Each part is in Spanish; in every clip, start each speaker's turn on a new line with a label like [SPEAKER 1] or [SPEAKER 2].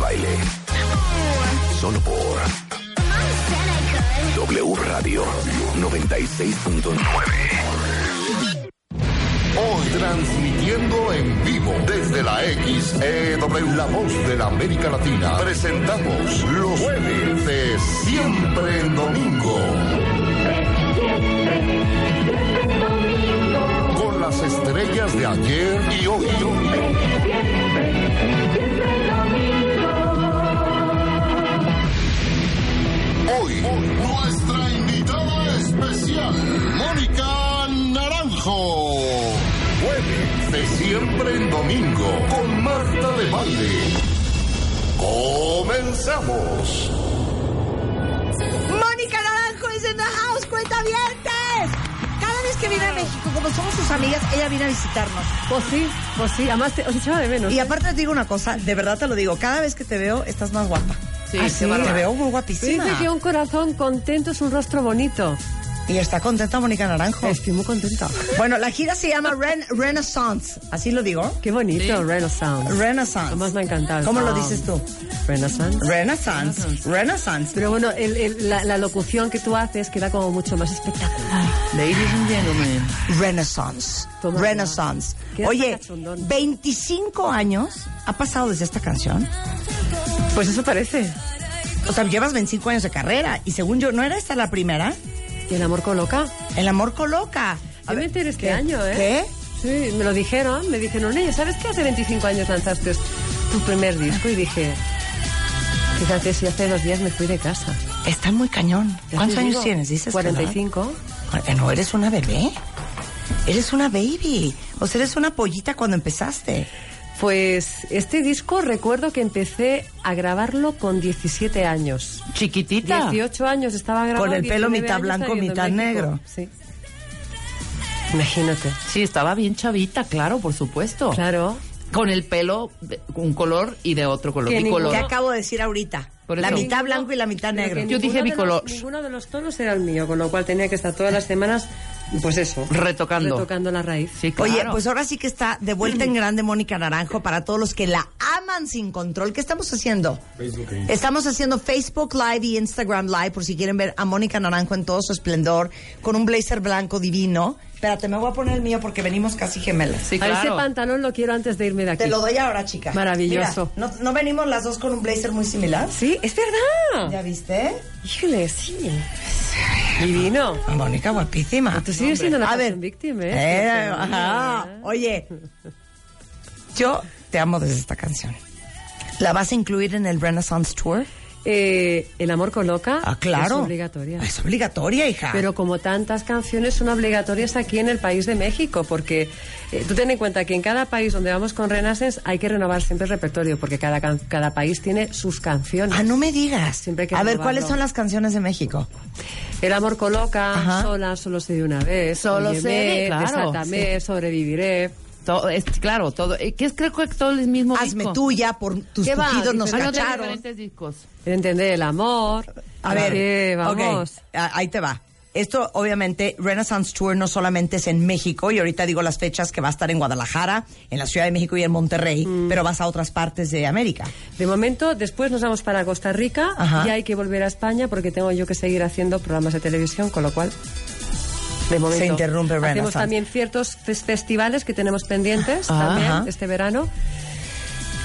[SPEAKER 1] Baile. Solo por W Radio 96.9.
[SPEAKER 2] Hoy transmitiendo en vivo desde la XEW, la voz de la América Latina, presentamos los jueves de Siempre en Domingo. Con las estrellas de ayer y hoy. Hoy, nuestra invitada especial, Mónica Naranjo. Jueves de siempre en domingo con Marta de Baile. Comenzamos.
[SPEAKER 3] Mónica Naranjo es en the house, cuenta Cada vez que viene a México, como somos sus amigas, ella viene a visitarnos.
[SPEAKER 4] Pues sí, pues sí, además te, os echaba de menos.
[SPEAKER 3] Y aparte te digo una cosa, de verdad te lo digo, cada vez que te veo estás más guapa.
[SPEAKER 4] Sí, qué
[SPEAKER 3] Te
[SPEAKER 4] bárbara.
[SPEAKER 3] veo muy guapísima.
[SPEAKER 4] Dice que un corazón contento es un rostro bonito.
[SPEAKER 3] Y está contenta Mónica Naranjo.
[SPEAKER 4] Estoy muy contenta.
[SPEAKER 3] Bueno, la gira se llama Ren- Renaissance, así lo digo.
[SPEAKER 4] Qué bonito, Renaissance.
[SPEAKER 3] Renaissance.
[SPEAKER 4] Además me ha encantado.
[SPEAKER 3] ¿Cómo lo
[SPEAKER 4] Ah,
[SPEAKER 3] dices tú?
[SPEAKER 4] Renaissance.
[SPEAKER 3] Renaissance. Renaissance.
[SPEAKER 4] Pero bueno, el- el- la, la locución que tú haces queda como mucho más espectacular.
[SPEAKER 5] Ladies and gentlemen.
[SPEAKER 3] Renaissance.
[SPEAKER 4] Toma,
[SPEAKER 3] Renaissance.
[SPEAKER 4] qué
[SPEAKER 3] Oye,
[SPEAKER 4] cachondón.
[SPEAKER 3] 25 años ha pasado desde esta canción.
[SPEAKER 4] Pues eso parece.
[SPEAKER 3] O sea, llevas 25 años de carrera y según yo, ¿no era esta la primera?
[SPEAKER 4] ¿Y el amor coloca?
[SPEAKER 3] El amor coloca.
[SPEAKER 4] Yo me enteré este año, ¿eh?
[SPEAKER 3] ¿Qué?
[SPEAKER 4] Sí, me lo dijeron, me dijeron, oye, ¿sabes que hace 25 años lanzaste tu primer disco? Y dije, fíjate si hace dos días me fui de casa.
[SPEAKER 3] Está muy cañón.
[SPEAKER 4] Ya
[SPEAKER 3] ¿Cuántos
[SPEAKER 4] te
[SPEAKER 3] años
[SPEAKER 4] digo,
[SPEAKER 3] tienes? Dices. ¿eh?
[SPEAKER 4] 45.
[SPEAKER 3] ¿verdad? No, eres una bebé. Eres una baby. O sea, eres una pollita cuando empezaste.
[SPEAKER 4] Pues este disco recuerdo que empecé a grabarlo con 17 años.
[SPEAKER 5] Chiquitita.
[SPEAKER 4] 18 años estaba grabando.
[SPEAKER 3] Con el pelo
[SPEAKER 4] 19
[SPEAKER 3] mitad
[SPEAKER 4] años
[SPEAKER 3] blanco,
[SPEAKER 4] saliendo
[SPEAKER 3] mitad
[SPEAKER 4] en México.
[SPEAKER 3] negro.
[SPEAKER 4] Sí. Imagínate.
[SPEAKER 5] Sí, estaba bien chavita, claro, por supuesto.
[SPEAKER 4] Claro.
[SPEAKER 5] Con el pelo de un color y de otro color.
[SPEAKER 4] Que ningún-
[SPEAKER 5] Bicolor.
[SPEAKER 3] Te acabo de decir ahorita.
[SPEAKER 5] Por
[SPEAKER 3] la
[SPEAKER 5] eso.
[SPEAKER 3] mitad blanco y la mitad
[SPEAKER 4] Pero que
[SPEAKER 3] negro.
[SPEAKER 5] Yo
[SPEAKER 4] ninguno
[SPEAKER 5] dije
[SPEAKER 4] de los-
[SPEAKER 5] bicolor.
[SPEAKER 4] Ninguno de los tonos era el mío, con lo cual tenía que estar todas las semanas, pues eso.
[SPEAKER 5] Retocando.
[SPEAKER 4] Retocando la raíz.
[SPEAKER 5] Sí, claro.
[SPEAKER 3] Oye, pues ahora sí que está de vuelta en grande Mónica Naranjo para todos los que la aman sin control. ¿Qué estamos haciendo? Estamos haciendo Facebook Live y Instagram Live por si quieren ver a Mónica Naranjo en todo su esplendor con un blazer blanco divino. Espérate, me voy a poner el mío porque venimos casi gemelas.
[SPEAKER 5] Sí,
[SPEAKER 4] A ese
[SPEAKER 5] claro.
[SPEAKER 4] pantalón lo quiero antes de irme de aquí.
[SPEAKER 3] Te lo doy ahora, chica.
[SPEAKER 4] Maravilloso.
[SPEAKER 3] Mira, ¿no, no venimos las dos con un blazer muy similar?
[SPEAKER 4] Sí, es
[SPEAKER 3] ¿Ya
[SPEAKER 4] verdad.
[SPEAKER 3] viste?
[SPEAKER 4] Híjole, sí. Divino.
[SPEAKER 3] Mónica, guapísima.
[SPEAKER 4] Tú sigues siendo la
[SPEAKER 3] A ver.
[SPEAKER 4] víctima, ¿eh?
[SPEAKER 3] Eh,
[SPEAKER 4] Sí,
[SPEAKER 3] ajá.
[SPEAKER 4] sí,
[SPEAKER 3] Oye, yo te amo desde esta canción. ¿La vas a incluir en el Renaissance Tour?
[SPEAKER 4] Eh, el amor coloca.
[SPEAKER 3] Ah, claro.
[SPEAKER 4] Es obligatoria.
[SPEAKER 3] Es obligatoria, hija.
[SPEAKER 4] Pero como tantas canciones son obligatorias aquí en el país de México, porque eh, tú ten en cuenta que en cada país donde vamos con Renaissance hay que renovar siempre el repertorio, porque cada, can- cada país tiene sus canciones.
[SPEAKER 3] Ah, no me digas.
[SPEAKER 4] Siempre hay que
[SPEAKER 3] a ver,
[SPEAKER 4] renovarlo.
[SPEAKER 3] ¿cuáles son las canciones de México?
[SPEAKER 4] El amor coloca,
[SPEAKER 3] Ajá.
[SPEAKER 4] sola, solo sé de una vez,
[SPEAKER 5] Solo sé
[SPEAKER 4] óyeme,
[SPEAKER 5] de- claro,
[SPEAKER 4] desátame, sobreviviré.
[SPEAKER 5] Todo, es- claro, todo. eh, Que es, creo que todo el mismo
[SPEAKER 3] Hazme
[SPEAKER 5] disco.
[SPEAKER 3] tuya, por tus
[SPEAKER 5] ¿Qué va?
[SPEAKER 3] tujidos nos
[SPEAKER 5] Ah, no, tiene
[SPEAKER 3] cacharon.
[SPEAKER 5] diferentes discos.
[SPEAKER 4] Entender el amor.
[SPEAKER 3] A ver,
[SPEAKER 5] eh,
[SPEAKER 4] Sí, vamos.
[SPEAKER 3] ok, a- ahí te va. Esto, obviamente, Renaissance Tour no solamente es en México, y ahorita digo las fechas que va a estar en Guadalajara, en la Ciudad de México y en Monterrey,
[SPEAKER 5] Mm.
[SPEAKER 3] pero vas a otras partes de América.
[SPEAKER 4] De momento, después nos vamos para Costa Rica
[SPEAKER 3] Ajá.
[SPEAKER 4] y hay que volver a España porque tengo yo que seguir haciendo programas de televisión, con lo cual. De momento.
[SPEAKER 3] Se interrumpe
[SPEAKER 4] Hacemos
[SPEAKER 3] Renaissance.
[SPEAKER 4] también ciertos fes- festivales que tenemos pendientes
[SPEAKER 3] Ah,
[SPEAKER 4] también
[SPEAKER 3] ajá.
[SPEAKER 4] este verano.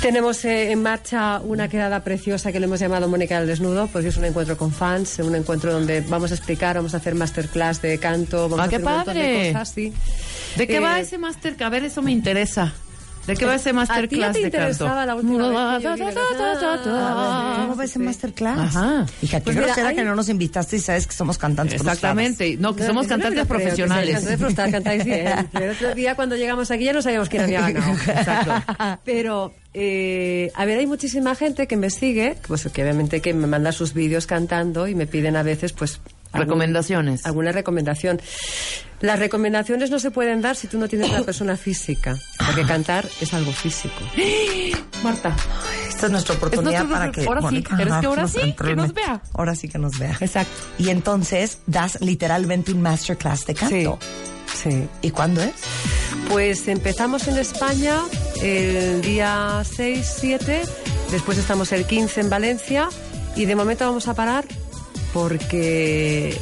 [SPEAKER 4] Tenemos eh, en marcha una quedada preciosa que le hemos llamado Mónica del Desnudo, porque es un encuentro con fans, un encuentro donde vamos a explicar, vamos a hacer masterclass de canto, vamos
[SPEAKER 5] Ah,
[SPEAKER 4] a
[SPEAKER 5] qué
[SPEAKER 4] hacer un montón de
[SPEAKER 5] padre.
[SPEAKER 4] cosas, sí.
[SPEAKER 5] ¿De qué
[SPEAKER 4] Eh,
[SPEAKER 5] va ese master? A ver, eso me interesa. ¿De qué va ese
[SPEAKER 4] ¿A ti no
[SPEAKER 5] masterclass
[SPEAKER 4] te
[SPEAKER 5] de canto?
[SPEAKER 4] interesaba la última vez que yo vine a
[SPEAKER 5] Ah,
[SPEAKER 3] ¿Cómo ves en Masterclass?
[SPEAKER 5] Ajá.
[SPEAKER 3] Hija, qué
[SPEAKER 4] Pues mira,
[SPEAKER 3] grosera
[SPEAKER 4] hay-
[SPEAKER 3] que no nos invitaste y sabes que somos cantantes
[SPEAKER 5] Exactamente. No, que somos
[SPEAKER 4] yo no
[SPEAKER 5] cantantes
[SPEAKER 4] creo que
[SPEAKER 5] profesionales.
[SPEAKER 4] seáis cantantes profesionales, cantáis bien. Pero El otro día cuando llegamos aquí ya no sabíamos quién había ganado.
[SPEAKER 5] Exacto.
[SPEAKER 4] Pero, eh, a ver, hay muchísima gente que me sigue, pues que obviamente que me manda sus vídeos cantando y me piden a veces, pues... algún-
[SPEAKER 5] Recomendaciones.
[SPEAKER 4] Alguna recomendación. Las recomendaciones no se pueden dar si tú no tienes una persona física, porque cantar es algo físico. Marta.
[SPEAKER 3] Esta es nuestra oportunidad
[SPEAKER 5] nuestro-
[SPEAKER 3] para que.
[SPEAKER 5] ahora sí,
[SPEAKER 3] Mónica
[SPEAKER 5] pero es que ahora
[SPEAKER 3] Naranjo
[SPEAKER 5] sí, que
[SPEAKER 3] entrene.
[SPEAKER 5] nos vea.
[SPEAKER 3] Ahora sí que nos vea.
[SPEAKER 4] Exacto.
[SPEAKER 3] Y entonces das literalmente un masterclass de canto.
[SPEAKER 4] Sí.
[SPEAKER 3] ¿Y cuándo es?
[SPEAKER 4] Pues empezamos en España el día 6-7 Después estamos el 15 en Valencia y de momento vamos a parar porque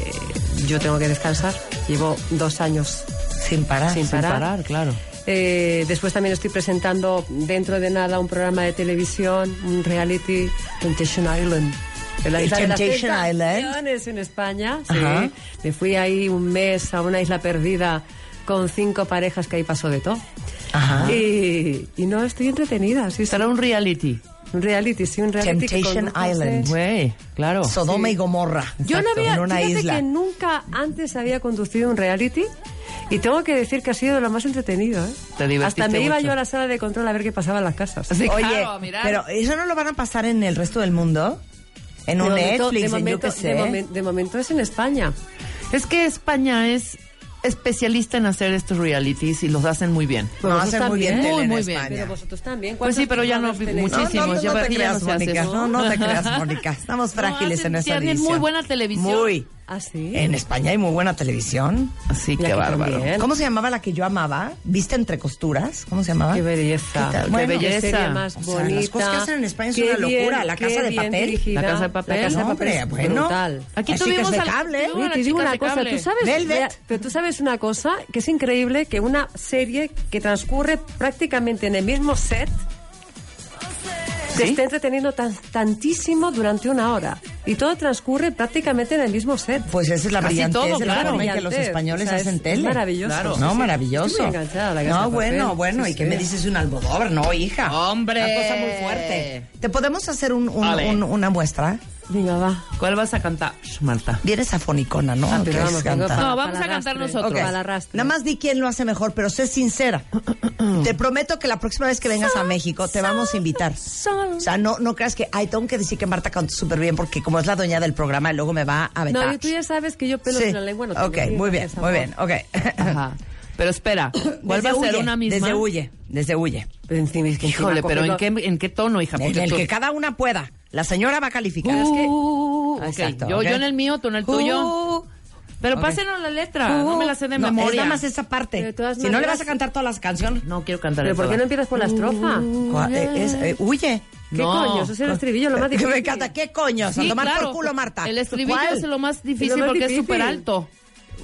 [SPEAKER 4] yo tengo que descansar. Llevo dos años
[SPEAKER 3] Ah, Sin parar.
[SPEAKER 4] sin
[SPEAKER 5] sin
[SPEAKER 4] parar.
[SPEAKER 5] parar, claro.
[SPEAKER 4] Eh, después también estoy presentando dentro de nada un programa de televisión, un reality, Temptation Island. En
[SPEAKER 3] ¿El
[SPEAKER 4] de las
[SPEAKER 3] Temptation Island?
[SPEAKER 4] tentaciones En España, sí.
[SPEAKER 3] Ajá.
[SPEAKER 4] Me fui ahí un mes a una isla perdida con cinco parejas que ahí pasó de todo.
[SPEAKER 3] Ajá.
[SPEAKER 4] Y, y no, estoy entretenida. Sí, sí.
[SPEAKER 5] Será un reality.
[SPEAKER 4] Un reality, sí, un reality. que
[SPEAKER 3] Temptation
[SPEAKER 4] conduce-
[SPEAKER 3] Island.
[SPEAKER 5] Güey, claro.
[SPEAKER 3] Sodoma y Gomorra.
[SPEAKER 4] Yo no
[SPEAKER 3] Exacto,
[SPEAKER 4] había,
[SPEAKER 3] en una
[SPEAKER 4] fíjate
[SPEAKER 3] isla.
[SPEAKER 4] que nunca antes había conducido un reality y tengo que decir que ha sido lo más entretenido, ¿eh?
[SPEAKER 5] Te divertiste
[SPEAKER 4] Hasta me iba
[SPEAKER 5] mucho.
[SPEAKER 4] yo a la sala de control a ver qué pasaba en las casas.
[SPEAKER 5] Sí,
[SPEAKER 3] Oye,
[SPEAKER 5] claro, a mirar.
[SPEAKER 3] pero eso no lo van a pasar en el resto del mundo. En
[SPEAKER 4] De
[SPEAKER 3] un
[SPEAKER 4] momento-
[SPEAKER 3] Netflix,
[SPEAKER 4] de
[SPEAKER 3] en yo
[SPEAKER 4] momento-
[SPEAKER 3] qué sé.
[SPEAKER 4] de momen- de momento es en España.
[SPEAKER 5] Es que España es especialista en hacer estos realities y los hacen muy bien.
[SPEAKER 3] no, va a
[SPEAKER 4] vosotros
[SPEAKER 3] ser muy bien
[SPEAKER 4] también.
[SPEAKER 3] tele en
[SPEAKER 5] Muy, muy bien.
[SPEAKER 3] España.
[SPEAKER 4] Pero vosotros también.
[SPEAKER 5] Pues sí, pero ya no,
[SPEAKER 4] ¿Cuántos programas
[SPEAKER 5] muchísimos.
[SPEAKER 4] tenéis?
[SPEAKER 3] No, no,
[SPEAKER 5] ya
[SPEAKER 3] no
[SPEAKER 5] va-
[SPEAKER 3] te
[SPEAKER 5] ya
[SPEAKER 3] creas,
[SPEAKER 5] no se hace
[SPEAKER 3] Mónica.
[SPEAKER 5] eso.
[SPEAKER 3] No, no te creas, Mónica. Estamos frágiles
[SPEAKER 5] hacen-
[SPEAKER 3] en esta
[SPEAKER 5] tienen muy
[SPEAKER 3] división.
[SPEAKER 5] buena televisión.
[SPEAKER 3] Muy.
[SPEAKER 4] Ah, sí.
[SPEAKER 3] En España hay muy buena televisión.
[SPEAKER 5] Así
[SPEAKER 4] Y
[SPEAKER 5] que
[SPEAKER 4] aquí
[SPEAKER 5] bárbaro.
[SPEAKER 4] también.
[SPEAKER 3] ¿Cómo se llamaba la que yo amaba? ¿Viste entre costuras? ¿Cómo se llamaba?
[SPEAKER 4] Qué belleza.
[SPEAKER 3] tal?
[SPEAKER 4] Qué
[SPEAKER 3] Bueno,
[SPEAKER 4] belleza.
[SPEAKER 5] qué serie
[SPEAKER 4] más
[SPEAKER 5] más
[SPEAKER 3] o sea,
[SPEAKER 4] bonita.
[SPEAKER 3] las cosas que hacen en España es
[SPEAKER 4] Qué
[SPEAKER 3] una
[SPEAKER 4] bien,
[SPEAKER 3] locura. La
[SPEAKER 4] qué
[SPEAKER 3] Casa de
[SPEAKER 4] bien
[SPEAKER 3] Papel.
[SPEAKER 4] dirigida.
[SPEAKER 5] La Casa de Papel.
[SPEAKER 4] La Casa de
[SPEAKER 5] No,
[SPEAKER 4] Papel
[SPEAKER 3] hombre,
[SPEAKER 4] es
[SPEAKER 3] bueno.
[SPEAKER 4] brutal.
[SPEAKER 3] Así
[SPEAKER 5] Aquí
[SPEAKER 3] que
[SPEAKER 5] tuvimos
[SPEAKER 3] es de
[SPEAKER 5] al-
[SPEAKER 3] cable.
[SPEAKER 5] tuvimos
[SPEAKER 4] Oye,
[SPEAKER 5] a la
[SPEAKER 4] te digo
[SPEAKER 5] chica
[SPEAKER 4] una
[SPEAKER 5] de
[SPEAKER 4] cosa,
[SPEAKER 5] cable.
[SPEAKER 4] tú sabes,
[SPEAKER 3] Velvet.
[SPEAKER 4] Vea, pero tú sabes una cosa que es increíble que una serie que transcurre prácticamente en el mismo set se
[SPEAKER 5] ¿Sí?
[SPEAKER 4] esté entreteniendo tan- tantísimo durante una hora y todo transcurre prácticamente en el mismo set.
[SPEAKER 3] Pues esa es la
[SPEAKER 5] Casi
[SPEAKER 3] brillantez
[SPEAKER 5] todo,
[SPEAKER 3] de la
[SPEAKER 5] claro.
[SPEAKER 3] forma en que los
[SPEAKER 4] Brillantez,
[SPEAKER 3] españoles
[SPEAKER 4] o sea,
[SPEAKER 3] hacen
[SPEAKER 4] es
[SPEAKER 3] tele.
[SPEAKER 4] maravilloso. Claro.
[SPEAKER 3] No,
[SPEAKER 4] Sí, sí.
[SPEAKER 3] maravilloso.
[SPEAKER 4] Estoy muy enganchada a la Casa
[SPEAKER 3] no,
[SPEAKER 4] de Papel.
[SPEAKER 3] bueno, bueno.
[SPEAKER 4] Sí,
[SPEAKER 3] ¿Y qué
[SPEAKER 4] sí.
[SPEAKER 3] me dices de un almodóvar? No, hija.
[SPEAKER 5] ¡Hombre!
[SPEAKER 3] Una cosa muy fuerte. ¿Te podemos hacer un- un-
[SPEAKER 5] Ale.
[SPEAKER 3] un- una muestra?
[SPEAKER 4] Venga, va.
[SPEAKER 5] ¿Cuál vas a cantar, Marta?
[SPEAKER 3] Vienes afonicona, ¿no?
[SPEAKER 4] Ah, pero
[SPEAKER 3] Quieres
[SPEAKER 4] vamos, tengo
[SPEAKER 3] cantar.
[SPEAKER 5] No, vamos
[SPEAKER 4] Para
[SPEAKER 5] a cantar
[SPEAKER 4] arrastre.
[SPEAKER 5] nosotros.
[SPEAKER 4] Ok. Al arrastre.
[SPEAKER 3] Nada más di quién lo hace mejor, pero sé sincera. te prometo que la próxima vez que vengas a México te vamos a invitar. O sea, no, no creas que, ay, tengo que decir que Marta canta súper bien porque como es la dueña del programa, luego me va a vetar.
[SPEAKER 4] No, y tú ya sabes que yo pelos
[SPEAKER 3] Sí.
[SPEAKER 4] en la lengua no tengo.
[SPEAKER 3] Ok, muy bien,
[SPEAKER 4] Esa
[SPEAKER 3] muy
[SPEAKER 4] voz.
[SPEAKER 3] bien, ok.
[SPEAKER 5] Ajá. Pero espera, ¿cuál
[SPEAKER 3] Desde
[SPEAKER 5] va a ser
[SPEAKER 3] huye,
[SPEAKER 5] una misma?
[SPEAKER 3] Desde huye, desde huye.
[SPEAKER 4] Pero encima, es que encima
[SPEAKER 5] Híjole, pero ¿en
[SPEAKER 4] cogiendo-
[SPEAKER 5] qué, ¿en qué tono, hija?
[SPEAKER 3] En
[SPEAKER 5] Porque
[SPEAKER 3] el
[SPEAKER 5] tú-
[SPEAKER 3] que cada una pueda. La señora va a calificar.
[SPEAKER 5] Uh,
[SPEAKER 3] Es que-
[SPEAKER 5] ok.
[SPEAKER 3] Exacto,
[SPEAKER 5] yo,
[SPEAKER 3] ok.
[SPEAKER 5] yo en el mío, tú en el
[SPEAKER 3] Uh,
[SPEAKER 5] tuyo. Pero
[SPEAKER 3] ok. Uh,
[SPEAKER 5] pásenos la letra, no me la sé de
[SPEAKER 3] No,
[SPEAKER 5] memoria.
[SPEAKER 3] Es nada más esa parte.
[SPEAKER 4] Pero de todas
[SPEAKER 3] Si no le
[SPEAKER 4] maneras-
[SPEAKER 3] vas a cantar todas las canciones.
[SPEAKER 5] No quiero cantar
[SPEAKER 4] ¿Pero
[SPEAKER 5] eso.
[SPEAKER 4] por qué no empiezas por la estrofa?
[SPEAKER 3] Cua- eh, es, eh, huye.
[SPEAKER 4] ¿Qué
[SPEAKER 5] No.
[SPEAKER 4] coño? Eso es el estribillo, lo más
[SPEAKER 3] Que
[SPEAKER 4] difícil.
[SPEAKER 3] me encanta. ¿Qué coño? A
[SPEAKER 5] Sí,
[SPEAKER 3] tomar
[SPEAKER 5] claro.
[SPEAKER 3] por culo, Marta.
[SPEAKER 5] El estribillo
[SPEAKER 3] ¿Cuál?
[SPEAKER 5] es lo más difícil
[SPEAKER 4] Es lo más
[SPEAKER 5] porque
[SPEAKER 4] difícil.
[SPEAKER 5] es súper alto.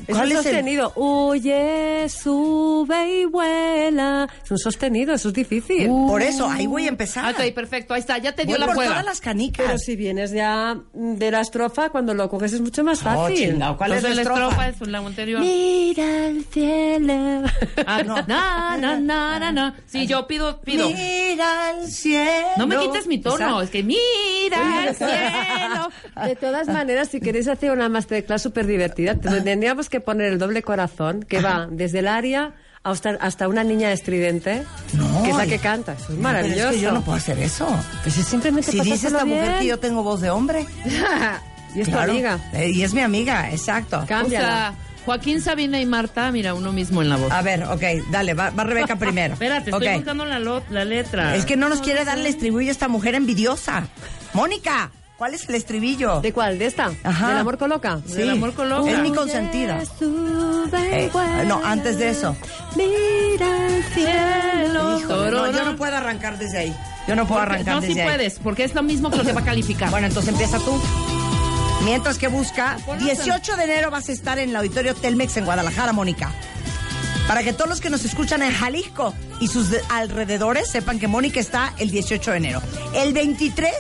[SPEAKER 3] ¿Cuál es el-
[SPEAKER 4] sostenido? Huye, sube y vuela. Es un sostenido, eso es difícil.
[SPEAKER 3] Uh. Por eso, ahí voy a empezar.
[SPEAKER 5] Ok, perfecto, ahí está, ya te dio
[SPEAKER 3] Voy
[SPEAKER 5] la
[SPEAKER 3] por
[SPEAKER 5] prueba.
[SPEAKER 3] todas las canicas.
[SPEAKER 4] Pero si vienes ya de la estrofa, cuando lo coges es mucho más
[SPEAKER 3] Oh,
[SPEAKER 4] fácil.
[SPEAKER 3] chingado, ¿Cuál es
[SPEAKER 5] Entonces,
[SPEAKER 3] la estrofa?
[SPEAKER 5] es la anterior.
[SPEAKER 4] Mira al cielo.
[SPEAKER 5] Ah,
[SPEAKER 3] No.
[SPEAKER 5] Na, na, na, na, na. Sí, yo pido, pido.
[SPEAKER 3] Mira al cielo.
[SPEAKER 5] No me quites mi tono,
[SPEAKER 3] Exacto.
[SPEAKER 5] es que mira el cielo.
[SPEAKER 4] De todas maneras, si queréis hacer una masterclass súper divertida, te- tendríamos que poner el doble corazón, que va desde el área hasta, hasta una niña estridente,
[SPEAKER 3] No,
[SPEAKER 4] que es la
[SPEAKER 3] y-
[SPEAKER 4] que canta. Eso es
[SPEAKER 3] No, pero
[SPEAKER 4] Pues maravilloso.
[SPEAKER 3] es que yo no puedo hacer eso.
[SPEAKER 4] Pues es simplemente
[SPEAKER 3] Si dices
[SPEAKER 4] pasárselo
[SPEAKER 3] la
[SPEAKER 4] bien.
[SPEAKER 3] mujer que yo tengo voz de hombre.
[SPEAKER 4] y es tu
[SPEAKER 3] Claro.
[SPEAKER 4] amiga.
[SPEAKER 3] Eh, y es mi amiga, exacto.
[SPEAKER 5] O
[SPEAKER 4] Cámbiala.
[SPEAKER 5] sea, Joaquín, Sabina y Marta, mira, uno mismo en la voz. Ah,
[SPEAKER 3] A ver, ok, dale, va, va Rebeca Ah, primero.
[SPEAKER 5] Espérate, estoy
[SPEAKER 3] Ok.
[SPEAKER 5] buscando la, lo- la letra.
[SPEAKER 3] Es que no nos quiere darle estribillo a esta mujer envidiosa. Mónica, ¿cuál es el estribillo?
[SPEAKER 4] ¿De cuál? ¿De esta?
[SPEAKER 3] Ajá.
[SPEAKER 4] ¿Del amor coloca?
[SPEAKER 3] Sí.
[SPEAKER 5] Del amor coloca.
[SPEAKER 3] Es mi consentida.
[SPEAKER 4] Sube y
[SPEAKER 3] Eh, no, antes de eso.
[SPEAKER 4] Mira al cielo.
[SPEAKER 3] Híjole, no, yo no puedo arrancar desde ahí. Yo no puedo
[SPEAKER 5] Porque-
[SPEAKER 3] arrancar
[SPEAKER 5] No,
[SPEAKER 3] desde
[SPEAKER 5] si
[SPEAKER 3] ahí.
[SPEAKER 5] puedes, porque es lo mismo que lo que va a calificar.
[SPEAKER 3] Bueno, entonces empieza tú. Mientras que busca,
[SPEAKER 5] Ponnos
[SPEAKER 3] 18 de enero vas a estar en el auditorio Telmex en Guadalajara, Mónica. Para que todos los que nos escuchan en Jalisco y sus de- alrededores sepan que Mónica está el 18 de enero. El 23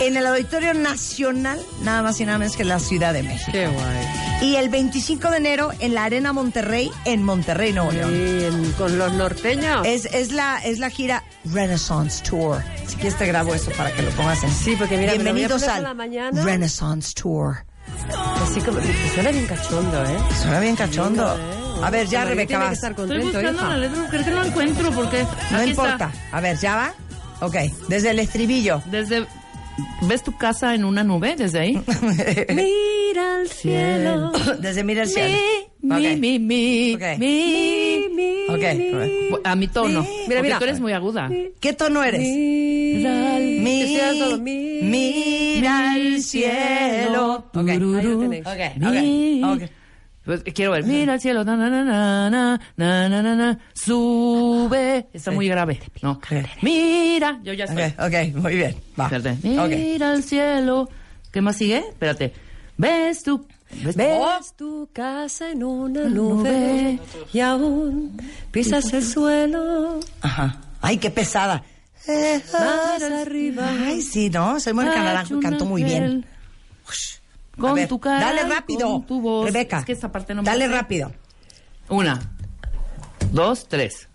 [SPEAKER 3] en el auditorio nacional, nada más y nada menos que la Ciudad de México.
[SPEAKER 4] Qué guay.
[SPEAKER 3] Y el 25 de enero en la Arena Monterrey, en Monterrey, Nuevo León.
[SPEAKER 4] Y en- con los norteños.
[SPEAKER 3] Es, es, la, es la gira Renaissance Tour. Si quieres te grabo eso para que lo pongas en...
[SPEAKER 4] Sí, porque mira, me lo voy a
[SPEAKER 3] Bienvenidos
[SPEAKER 4] poner por
[SPEAKER 3] al
[SPEAKER 4] la mañana.
[SPEAKER 3] Renaissance Tour.
[SPEAKER 4] Así como, te suena bien cachondo, ¿eh?
[SPEAKER 3] Suena bien cachondo. A ver, ya,
[SPEAKER 4] Como que
[SPEAKER 3] Rebeca,
[SPEAKER 4] tiene que
[SPEAKER 3] vas.
[SPEAKER 4] estar
[SPEAKER 5] Estoy
[SPEAKER 4] contento,
[SPEAKER 5] buscando la
[SPEAKER 4] hija.
[SPEAKER 5] letra, creo que no la encuentro porque.
[SPEAKER 3] No
[SPEAKER 5] aquí
[SPEAKER 3] importa.
[SPEAKER 5] está.
[SPEAKER 3] A ver, ¿ya va? Ok, desde el estribillo.
[SPEAKER 5] Desde. ¿Ves tu casa en una nube desde ahí?
[SPEAKER 4] Mira al cielo.
[SPEAKER 3] desde Mira el cielo.
[SPEAKER 5] Mi,
[SPEAKER 3] Ok.
[SPEAKER 5] mi, mi,
[SPEAKER 3] Ok.
[SPEAKER 5] mi,
[SPEAKER 4] Mi,
[SPEAKER 3] Ok,
[SPEAKER 4] mi,
[SPEAKER 3] Pues, a ver.
[SPEAKER 5] Bu- A mi tono.
[SPEAKER 3] Mi.
[SPEAKER 5] Mira,
[SPEAKER 4] Mira,
[SPEAKER 5] mira.
[SPEAKER 4] mira.
[SPEAKER 5] tú eres muy aguda.
[SPEAKER 3] ¿Qué tono eres?
[SPEAKER 4] Mira al
[SPEAKER 3] Mi-
[SPEAKER 4] Estoy dando lo-
[SPEAKER 3] mira al cielo.
[SPEAKER 5] Tururú.
[SPEAKER 4] Ahí lo tenéis.
[SPEAKER 3] Ok, ok,
[SPEAKER 5] Mi-
[SPEAKER 3] ok.
[SPEAKER 5] Pues, quiero ver, mira el cielo, na, na, na, na, na, na, na, na, na, sube. Está muy grave, ¿no? Mira, yo ya estoy.
[SPEAKER 3] ok, muy bien. Va.
[SPEAKER 5] Espérate. Mira
[SPEAKER 3] Ok.
[SPEAKER 5] el cielo. ¿Qué más sigue? Espérate. ¿Ves tú? ¿Ves,
[SPEAKER 4] Ves tu casa en una nube y aún pisas el suelo
[SPEAKER 3] Ajá. Ay, qué pesada.
[SPEAKER 4] más arriba.
[SPEAKER 3] Ay, sí, ¿no? Soy Mónica Naranjo y canto muy bien. A
[SPEAKER 5] Con
[SPEAKER 3] ver,
[SPEAKER 5] tu cara.
[SPEAKER 3] Dale rápido.
[SPEAKER 5] Con tu voz.
[SPEAKER 3] Rebeca.
[SPEAKER 5] Es que esta parte no me
[SPEAKER 3] Dale
[SPEAKER 5] la sé.
[SPEAKER 3] rápido.
[SPEAKER 5] Una, dos, tres.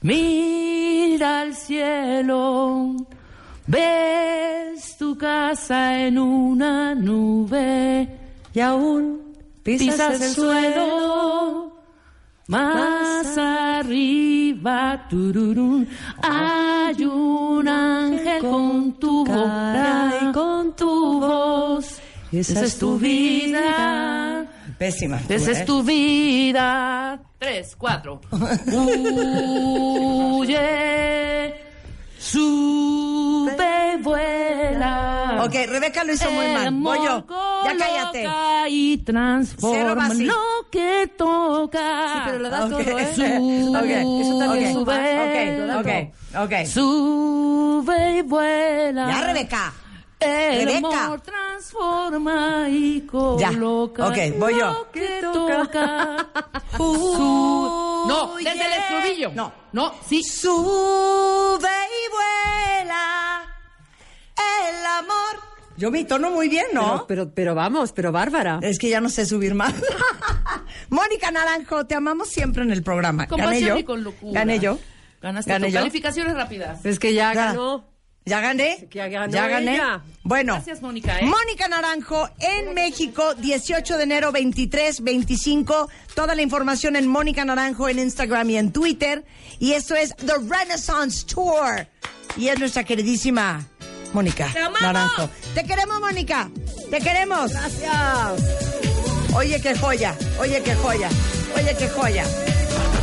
[SPEAKER 5] Mira al cielo, ves tu casa en una nube,
[SPEAKER 4] Y aún pisas,
[SPEAKER 5] pisas
[SPEAKER 4] el
[SPEAKER 5] el
[SPEAKER 4] suelo.
[SPEAKER 5] suelo, más arriba, tururún, hay un ángel con tu
[SPEAKER 4] cara
[SPEAKER 5] cara
[SPEAKER 4] y
[SPEAKER 5] y con tu voz, esa es tu vida.
[SPEAKER 3] Pésima. tú,
[SPEAKER 5] Esa
[SPEAKER 3] ¿eh?
[SPEAKER 5] es tu vida. Tres, cuatro. Huye, sube, y vuela.
[SPEAKER 3] Ok, Rebeca lo hizo muy mal. Voy yo. Ya cállate.
[SPEAKER 5] Y
[SPEAKER 3] Cero
[SPEAKER 5] transforma
[SPEAKER 3] vacío.
[SPEAKER 5] lo que toca.
[SPEAKER 4] Sí, pero le das
[SPEAKER 3] Ok.
[SPEAKER 4] todo, ¿eh?
[SPEAKER 5] Sube,
[SPEAKER 3] Ok, eso también
[SPEAKER 4] sube.
[SPEAKER 3] Ok, ok, ok.
[SPEAKER 5] Sube y vuela.
[SPEAKER 3] Ya, Rebeca.
[SPEAKER 5] El
[SPEAKER 3] Rebeca.
[SPEAKER 5] amor transforma y
[SPEAKER 3] Ya.
[SPEAKER 5] coloca.
[SPEAKER 3] Ok, voy yo.
[SPEAKER 5] Lo que toca. Su- No, desde el estribillo.
[SPEAKER 3] No.
[SPEAKER 5] No, sí.
[SPEAKER 3] Sube y vuela el amor. Yo me tono muy bien, ¿no? Eh,
[SPEAKER 4] Pero, pero, pero vamos, pero Bárbara.
[SPEAKER 3] es que ya no sé subir más. Mónica Naranjo, te amamos siempre en el programa.
[SPEAKER 5] Con
[SPEAKER 3] gané
[SPEAKER 5] pasión
[SPEAKER 3] yo.
[SPEAKER 5] y con locura.
[SPEAKER 3] Gané yo.
[SPEAKER 5] Ganaste
[SPEAKER 3] Gané
[SPEAKER 5] tú.
[SPEAKER 3] yo.
[SPEAKER 5] Calificaciones rápidas.
[SPEAKER 4] Es que ya
[SPEAKER 3] Ya.
[SPEAKER 4] ganó.
[SPEAKER 3] Ya gané.
[SPEAKER 4] Ya ganó
[SPEAKER 3] gané.
[SPEAKER 4] ella.
[SPEAKER 3] Bueno.
[SPEAKER 5] Gracias, Mónica, ¿eh?
[SPEAKER 3] Mónica Naranjo en México, 18 de enero, 23, 25. Toda la información en Mónica Naranjo en Instagram y en Twitter. Y esto es The Renaissance Tour. Y es nuestra queridísima Mónica Naranjo. Te queremos, Mónica. Te queremos. Gracias. Oye, qué joya. Oye, qué joya. Oye, qué joya.
[SPEAKER 1] Marta